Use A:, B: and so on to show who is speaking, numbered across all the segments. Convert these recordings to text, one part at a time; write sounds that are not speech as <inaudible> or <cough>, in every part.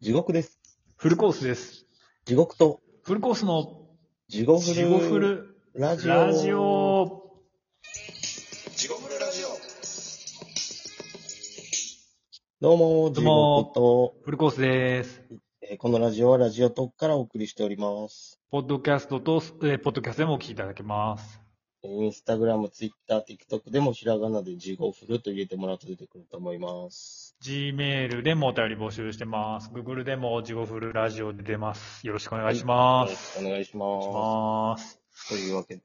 A: 地獄です。
B: フルコースです。
A: 地獄と、
B: フルコースの
A: 地獄
B: ジゴフル
A: ラジオ。
B: ラジオ。
A: どうも、地
B: どうも
A: 獄と、
B: フルコースです。
A: えーこのラジオはラジオトークからお送りしております。
B: ポッドキャストと、えーポッドキャストでもお聞きいただけます。
A: えーインスタグラム、ツイッター、ティックトックでもひらがなで地獄フルと入れてもらうと出てくると思います。
B: Gmail でもお便り募集してます。Google でもジゴフルラジオで出ます。よろしくお願いします。
A: よろしくお願いし
B: お願いし
A: ま
B: ます。
A: す。というわけで、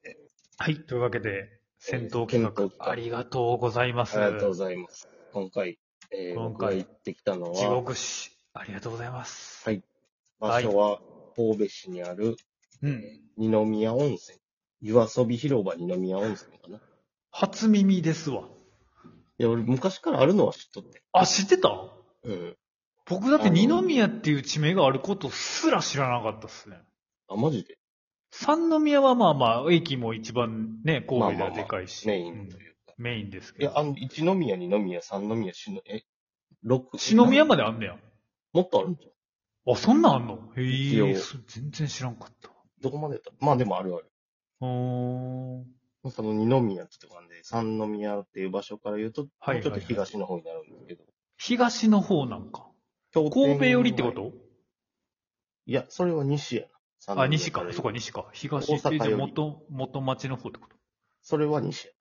B: はい、というわけで、戦闘企
A: 戦闘企
B: 画
A: 画
B: ありがとうございま
A: あ
B: す。
A: りがとうございます。今回、えー、
B: 今回
A: 僕が行ってきたの
B: 地
A: は、
B: 獄市、ありがとうございます。
A: はい場所は神戸市にある
B: うん。
A: 二宮温泉。湯遊び広場二宮温泉かな。
B: 初耳ですわ。
A: いや、俺昔からあるのは知っとって。
B: あ、知ってた
A: うん。
B: 僕だって
A: あの
B: 二宮っていう地名があることすら知らなかったっすね。
A: あ、マジで
B: 三宮はまあまあ、駅も一番ね、
A: まあ
B: 神戸で
A: まあ
B: は
A: まあ
B: でかいし。
A: メインと
B: うん
A: いうか。
B: メインです
A: い
B: け
A: や、あ
B: ど。
A: の、一宮、二宮、三宮、四の、え、六。
B: 篠宮まであんねや。
A: もっとあるんじゃん。
B: あ、そんなんあんのへ
A: 一
B: え、
A: 応
B: そ全然知らんかった。
A: どこまでやったまあでもあるある。
B: うーん。
A: その二宮ってとこなんで、三宮っていう場所から言うと、
B: はいはいはい
A: もうちょっと東の方になるんですけど。
B: 東の方なんか。神戸寄りってこと
A: いや、それは西やな。三宮
B: あ、西か
A: ら。言
B: そううか、西か。東
A: 大
B: って、
A: 阪
B: じゃあ
A: より
B: 元、元町の方ってこと
A: それは西や。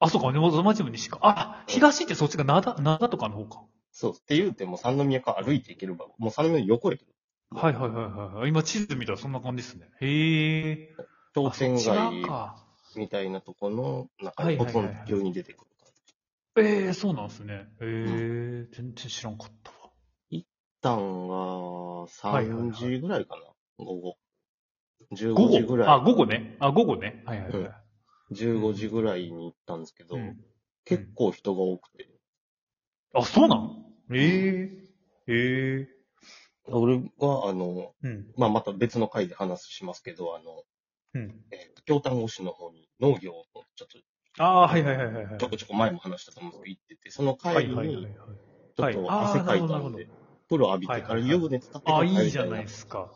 B: あ、そうか、元町も西か。あ、東ってそっちが灘、灘とかの方か。
A: そう。って言うても三宮から歩いていければ、もう三宮の横やけど。
B: はいはいはいはい。今地図見たらそんな感じですね。へえ。
A: 商店
B: あそっち側
A: 街
B: か。
A: みたいなとこの中
B: はい
A: に
B: は
A: ポ
B: いはい
A: ツンと急に出てくる感じ。
B: ええそうなんですね。ええ全然知らんかったわ。
A: 一旦が
B: はいはいはい
A: 3時ぐらいかな、午後。15
B: 午
A: 時ぐ
B: 後
A: ら
B: あ、
A: い。
B: 午後ね。あ、午後ね。はいはいはい。
A: 15時ぐらいに行ったんですけど、
B: うん
A: 結構人が多くて。
B: あ、そうなんええええ
A: 俺は、あの、
B: うん。
A: まあ、また別の回で話しますけど、あの、
B: うん。
A: えー京丹後市の方に農業をちょっ
B: ああー、はいはいはいはいはい。
A: と、ちょこちょこ前も話したと思うんですけど、行ってて、その
B: は
A: 帰
B: い
A: り
B: はいはいは
A: に
B: い、。
A: ちょっと汗かいた
B: はいあーなるほ
A: ん
B: どな
A: で
B: る、
A: プロ浴びてから湯船使ってか
B: ああ、
A: ら帰りた
B: いいじゃないですか。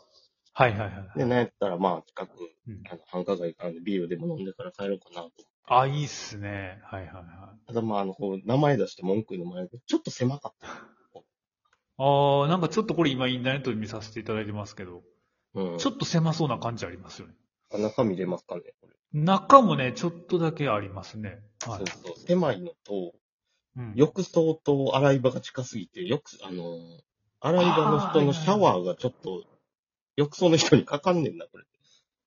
B: はいはいはいはい。
A: で、なんやったら、まあ、近く、
B: うん
A: あの繁華街からのビールでも飲んでから帰ろうかなと。
B: あ、いいっすね。はいはいはい。
A: ただまあ、あの、こう、名前出して文句言うのもあれだけどちょっと狭かった。
B: ああ、なんかちょっとこれ今インターネットで見させていただいてますけど、
A: うん。
B: ちょっと狭そうな感じありますよね。
A: と中見れますかね、これ。
B: 中もね、ちょっとだけありますね。はい
A: そう。そう。狭いのと、
B: うん
A: 浴槽と洗い場が近すぎて、よく、あのー、洗い場の人のシャワーがちょっと、浴槽の人にかかんねんな、これ。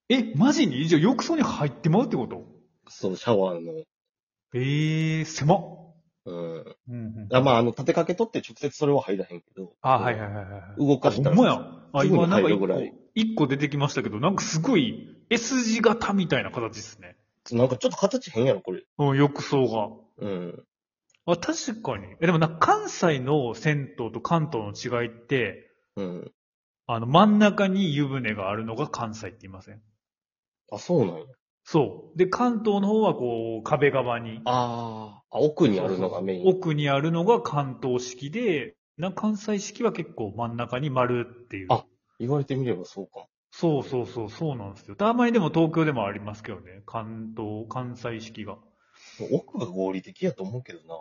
B: え、マジにじゃあ浴槽に入ってまうってこと
A: そう、シャワーの。
B: ええー、狭っ。
A: うん。
B: うんうん
A: あまあ、あの、立てかけとって直接それは入らへんけど。
B: あ、はいはいはいはい。
A: 動かした
B: あ
A: ら
B: ほんまや。あ、
A: すぐに
B: 今なんか
A: 入る
B: 一
A: ぐら
B: 個
A: い、
B: 一個出てきましたけど、なんかすごい S 字型みたいな形ですね。
A: なんかちょっと形変やろ、これ。
B: うん、浴槽
A: うん。
B: が。あ、確かに。え、でもなんか関西の銭湯と関東の違いって、
A: うん。
B: あの、真ん中に湯船があるのが関西って言いません
A: あ、そうなんや。
B: そう。で、関東の方はこう、壁側に。
A: あーあ、奥にあるのがメイン。
B: 奥にあるのが関東式で、な関西式は結構真ん中に丸っていう。
A: あ言われてみればそうかも。
B: そうそうそう、そうなんですよ。たまにでも東京でもありますけどね。関東、関西式が。
A: 奥が合理的やと思うけどな。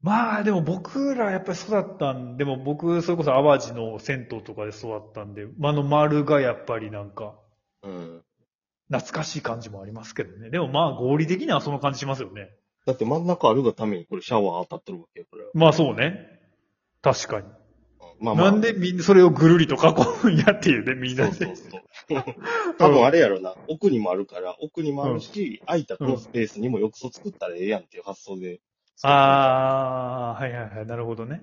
B: まあでも僕らやっぱり育ったんで、も僕、それこそ淡路の銭湯とかで育ったんで、あの丸がやっぱりなんか、
A: うん。
B: 懐かしい感じもありますけどね。でもまあ合理的にはその感じしますよね。
A: だって真ん中あるがためにこれシャワー当たってるわけやから。
B: まあそうね。確かに。
A: うんまあまあ。
B: なんでみんなそれをぐるりと囲うんやっていうね、みん
A: そ
B: な
A: う
B: で。
A: そうそう。
B: <laughs>
A: 多分あれやろな、奥にもあるから、奥にもあるし、空いたこのスペースにも浴槽作ったらええやんっていう発想で。
B: ああ、はいはいはい、なるほどね。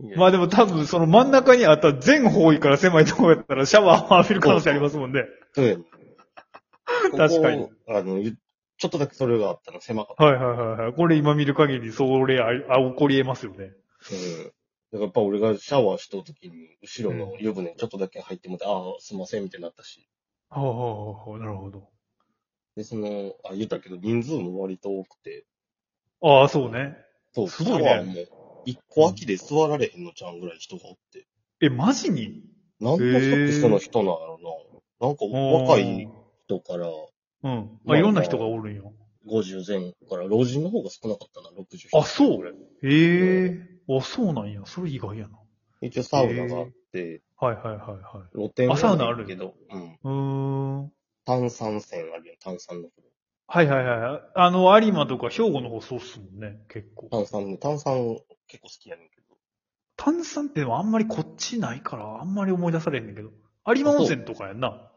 A: いや
B: まあでも多分その真ん中にあった全方位から狭いところやったらシャワーを浴びる可能性ありますもんね。
A: そうやね
B: 確かに
A: ここあの、ゆちょっとだけそれがあったの、狭かっ
B: はいはいはいはい。これ今見る限りそれあ、あ起こり得ますよね。
A: た。うん。だからやっぱ俺がシャワーしとるときに、後ろの湯船にちょっとだけ入ってもらって、ああ、すいません、みたいになったし。
B: はあ、はあはあ、なるほど。
A: で、その、あ、言ったけど、人数も割と多くて、
B: ああ、そうね。
A: そう、
B: すごいね
A: シャワーも一個空きで座られへんのちゃうぐらい人がおって。
B: え、マジに
A: なんとしてその人なんやろな。なんか若い。人から
B: うん。
A: ま
B: あ、
A: あ
B: いろんな人がおるんよ。
A: 50前後から老人の方が少なかったな、60人
B: あ、そうええあ、そうなんや。それ意外やな。
A: 一応サウナがあって、
B: はいはいはいはい。
A: 露天
B: あサウナあるんや
A: けど、うん。
B: うーん。
A: 炭酸泉あるやん、炭酸の風呂。
B: はいはいはい。あの、有馬とか兵庫の方そうっすもんね、結構。
A: 炭酸ね、炭酸結構好きやねんけど。
B: 炭酸ってでもあんまりこっちないから、あんまり思い出されへんねんけど。有馬温泉とかやんな。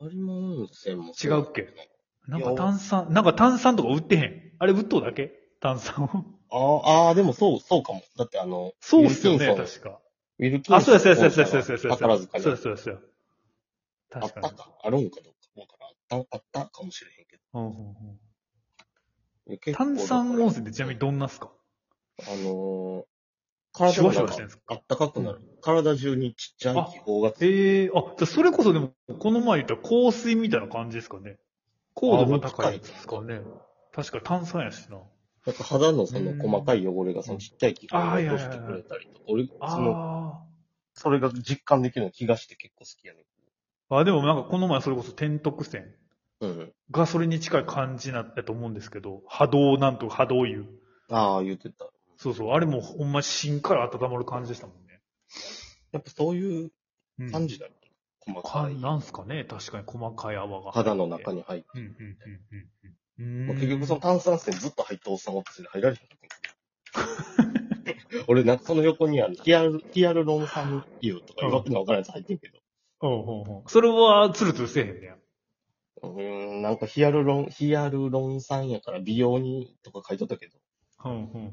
A: 有馬温泉も
B: 違うっけ
A: そうだね
B: なんか炭酸、なんか炭酸とか売ってへん。あれ売っとうだけ炭酸を。
A: ああ、ああ、でもそう、そうかも。だってあの、
B: そうっすよね、
A: ウィルキンソ
B: 確か。
A: ンウィルキンソン
B: あ、そうやそうやそうやそうやそうやそうや。
A: 宝塚に
B: そうやそうやそうや。
A: あっ
B: 確か
A: た
B: に。
A: か、あるんかどうかわからん。あった、あったかもしれへんけ
B: うんうんうん
A: ど。結構
B: 炭酸温泉ってちなみにどんなっすか
A: あのー、体
B: シュ
A: も
B: ワシュワ
A: な
B: し
A: んか
B: てんすか
A: あったかくなる。体中にちっちゃい気泡がついて、
B: ええあ、じゃあそれこそでも、この前言った香水みたいな感じですかね。高度が高いやつですかね。確か炭酸やしな。
A: なんか肌のその
B: うん
A: 細かい汚れがそのちっちゃい気泡で落としてくれたりとか、俺、その、
B: あ
A: それが実感できるの気がして結構好きやねん。
B: あ。あ、でもなんかこの前それこそ天徳線
A: うん。
B: がそれに近い感じなったと思うんですけど、波動なんとか波動湯。
A: ああ、言ってた。
B: そうそう、あれもほんま芯から温まる感じでしたもんね。
A: やっぱそういう
B: うん。
A: 感じだよ、細
B: か
A: か
B: い
A: い。
B: なんすかね、確かに細かい泡が。
A: 肌の中
B: に。
A: に入って。
B: うんうんうんうんうん。
A: まあ結局その炭酸泉ずっと入ったおっさんおって入られへんかった俺なんかその横にあるヒアル、ヒアルロン酸油とかいうわけのわからんやつ入ってんけど。
B: うんうんうん。それはツルツルせえへんねや。
A: うーん、なんかヒアルロン、ヒアルロン酸やから美容にとか書いとったけど、
B: うんうんうん。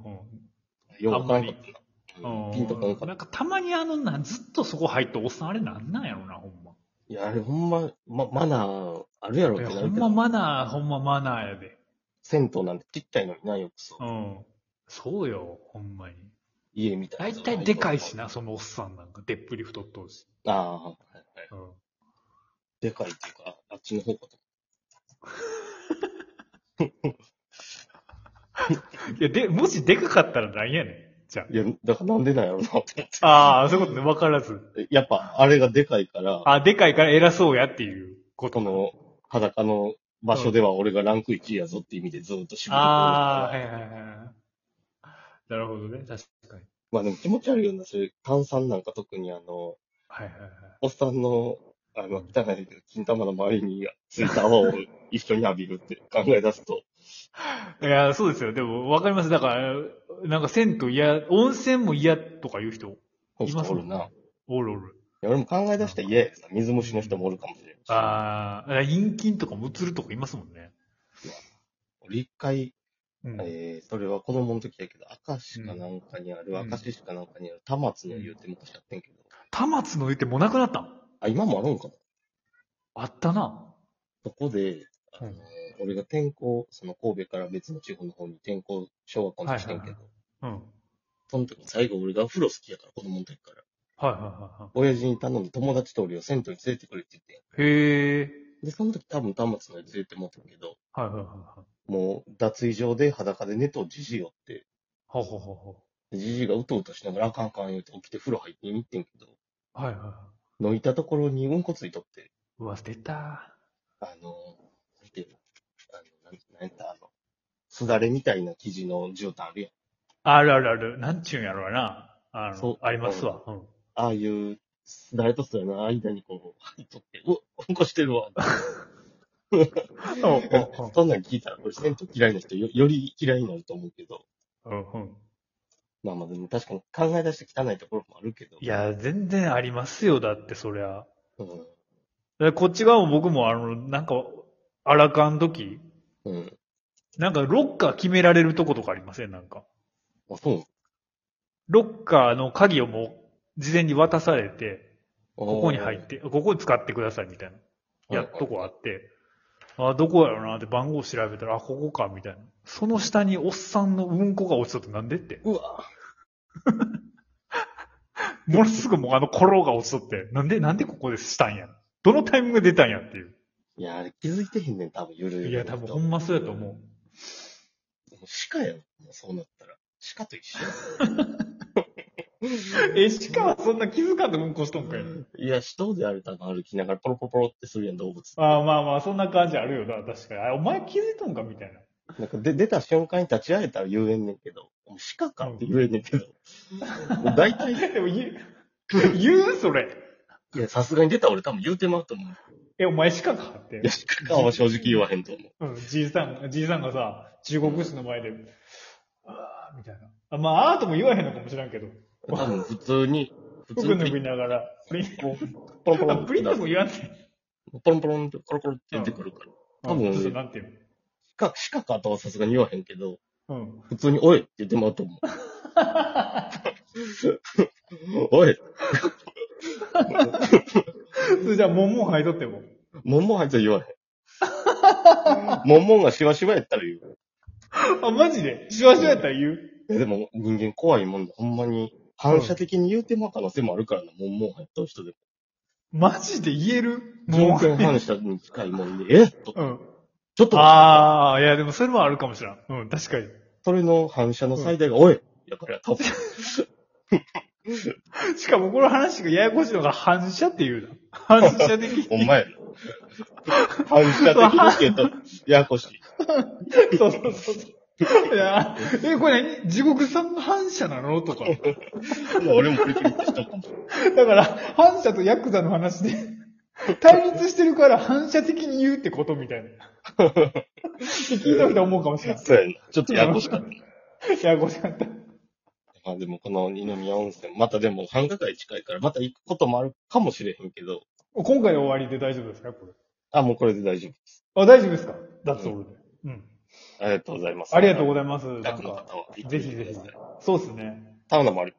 A: よくわからんかったな。うん、ピンとこなか
B: う
A: っ
B: ん
A: た。
B: なんかたまにあのな、ずっとそこ入っておっさんあれなんなんやろな、ほんま。
A: いや、あれほんま、ま、マナーあるやろって
B: いや、
A: な
B: ほ
A: る
B: ん
A: け
B: ま
A: ど、
B: マナー、ほんまマナーやで。
A: 銭湯なんてちっちゃいのにな、よくそう。
B: うん。そうよ、ほんまに。
A: 家みたい
B: 大
A: な。
B: 体でかいし。な、そのおっさんなんか。でっぷり太っとうし。
A: ああ、はいはい。
B: うん。
A: でかいっていうか、あっちの方かと。
B: いや、で、もしでかかったらなんやねん。じゃ
A: いや、だからなんでなんやろうなって思って。
B: あ。ああ、そういうことね、わからず。
A: やっぱ、あれがでかいから、
B: あ、でかいから偉そうやっていうこと
A: この裸の場所では俺がランク1位やぞって意味でずっと仕事を。
B: ああ、はいはいはいはい。なるほどね、確かに。
A: まあでも気持ち悪いような、そういう炭酸なんか特にあの、
B: はいはいはい。
A: おっさんの、あの、汚い金玉の周りについた泡を一緒に浴びるって考え出すと、
B: いや、そうですよ。でも、わかります。だから、なんか銭湯嫌、温泉も嫌とか言う人、
A: この
B: いま
A: 人
B: す
A: お
B: も
A: る
B: ん
A: な。い
B: ね。おるおる。
A: や俺も考え出したら嫌やけどな水虫の人もおるかもしれんし。
B: ああ、陰菌とかも移るとかいますもんね。
A: 俺一回、
B: うん。
A: えー、それは子供の時やけど、明石かなんかにある、
B: うん
A: 明石市かなんかにある、田松の湯って昔やってんけど、
B: 田松の湯ってもうなくなったん
A: あ、今もあるんかな
B: あったな。
A: そこで、あの
B: うん
A: 俺が転校、その神戸から別の地方の方に転校、小学校の時してんけど、
B: はいうん。はい
A: その時最後俺がお風呂好きやから、子供の時から。
B: はいはいは
A: 親父に頼んで友達と俺を銭湯に連れてくれって言って
B: い。へえ。
A: んで、その時多分端末のに連れてもったけど、
B: はいはいはいはい。
A: もう脱衣場で裸で寝とじじいおって、
B: ほうほうほうほ
A: じじいがうとうとしながらあかんあかん言うて起きて風呂入って行ってんけど、
B: う。はいはいはい。
A: のいたところにうんこついとって、
B: うわ、出た。
A: あの、なんていうの、あの、なんなんやった、あの、すだれみたいな生地の絨毯あるやん。
B: あるあるある。なんちゅうんやろうな。あ
A: そう
B: の、ありますわ。うん。
A: ああいう、誰とすだれの間にこう、入っとって、 <laughs> うわ、うんこしてるわ。
B: うんうん
A: そんなん聞いたら、俺、銭湯嫌いな人よ、より嫌いになると思うけど、
B: うんうん。
A: まあまあ、でも確かに考え出して汚いところもあるけど、
B: いや、全然ありますよ。だって、そりゃ。
A: うん、
B: でこっち側も僕もあの、なんか、あらかん時、
A: うん。
B: なんかロッカー決められるとことかありませんなんか。
A: あ、そう。
B: ロッカーの鍵をもう事前に渡されて、こ
A: こ
B: こに入って、ここ使ってくださいみたいな、やっとこあって、あ、どこやろうなって番号調べたら、あ、ここかみたいな。その下におっさんのうんこが落ちとってなんでって。
A: うわ
B: ものすぐもうあの転が落ちとって、なんで、なんでここでしたんや。どのタイミングで出たんやっていう。
A: いや、あれ気づいてへんねん、多分、ゆるゆる。
B: いや、多分ほんまそうやと思う。
A: う。鹿やん、もうそうなったら。鹿と一緒
B: <laughs> え、しかもそんな気づかんでうんこしとんかいな。
A: いや、人であるたの歩きながらポロポロポロってするやん、動物。
B: ああ、まあまあ、そんな感じあるよな、確かに。あお前気づいとんかみたいな。
A: なんかで出た瞬間に立ち会えたら言えんねんけど、鹿かって言えんねんけど。もう大体、い
B: <laughs> でも言う、 <laughs> 言うそれ。
A: や、さすがに出たら俺多分言うてまうと思う。
B: え、お前鹿かって
A: いや、。鹿かは正直言わへんと思う。
B: うん、じいさん、じいさんがさ、中国人の前で、ああ、みたいな。あまあ、あーとも言わへんのかもしらんけど。
A: 多分普通に、普
B: 服
A: 通に
B: 脱ぎながら、プリン、
A: ポロポロ
B: あ
A: ン、
B: プリンとも言わんね
A: ポロンポロンってコロコロって出てくるから。多分
B: うんちょっとなんていう
A: 鹿、鹿かとはさすがに言わへんけど、
B: のうん。
A: 普通においって言ってまうと <laughs> 思う。おい、
B: それじゃあ、もんもん入いとっても。
A: モンモン入ったら言わ <laughs> へん。モンモンがシワシワやったら言う。
B: あ、マジでしわしわやったら言う
A: いやでも人間怖いもんで、ほんまに反射的に言うてまう可能性もあるからな、モンモン入った人でも。
B: マジで言える
A: 条
B: もう
A: 件反射に近いもんで、えっと、
B: うん。
A: ちょっと、
B: ああ、いや、でもそれもあるかもしらん。うん、確かに。
A: それの反射の最大が、おいやから多分、
B: <laughs> しかもこの話がややこしいのが反射っていうな。反射的
A: <laughs>
B: に。
A: お前やな。反射的にって言うと、ややこしい。
B: そうそうそうそう。いや、え、これ何地獄さんの反射なのとか。
A: もう俺もプリプリってしとったもん。
B: だから、反射とヤクザの話で、対立してるから反射的に言うってことみたいな。って聞いた人は思うかもしれない。
A: そうやな。ちょっとややこしかった。
B: ややこしかった。
A: まあでもこの二宮温泉、またでも繁華街近いから、また行くこともあるかもしれへんけど、
B: 今回で終わりで大丈夫ですかこ
A: あ、もうこれで大丈夫です。
B: れ。あ、大丈夫ですかだって俺で。うん。
A: ありがとうございます。
B: ありがとうご
A: ざい
B: ざいます。な
A: 学
B: ん
A: の
B: か、
A: 方は。
B: ぜひぜひ。そうですね。
A: タウナもある。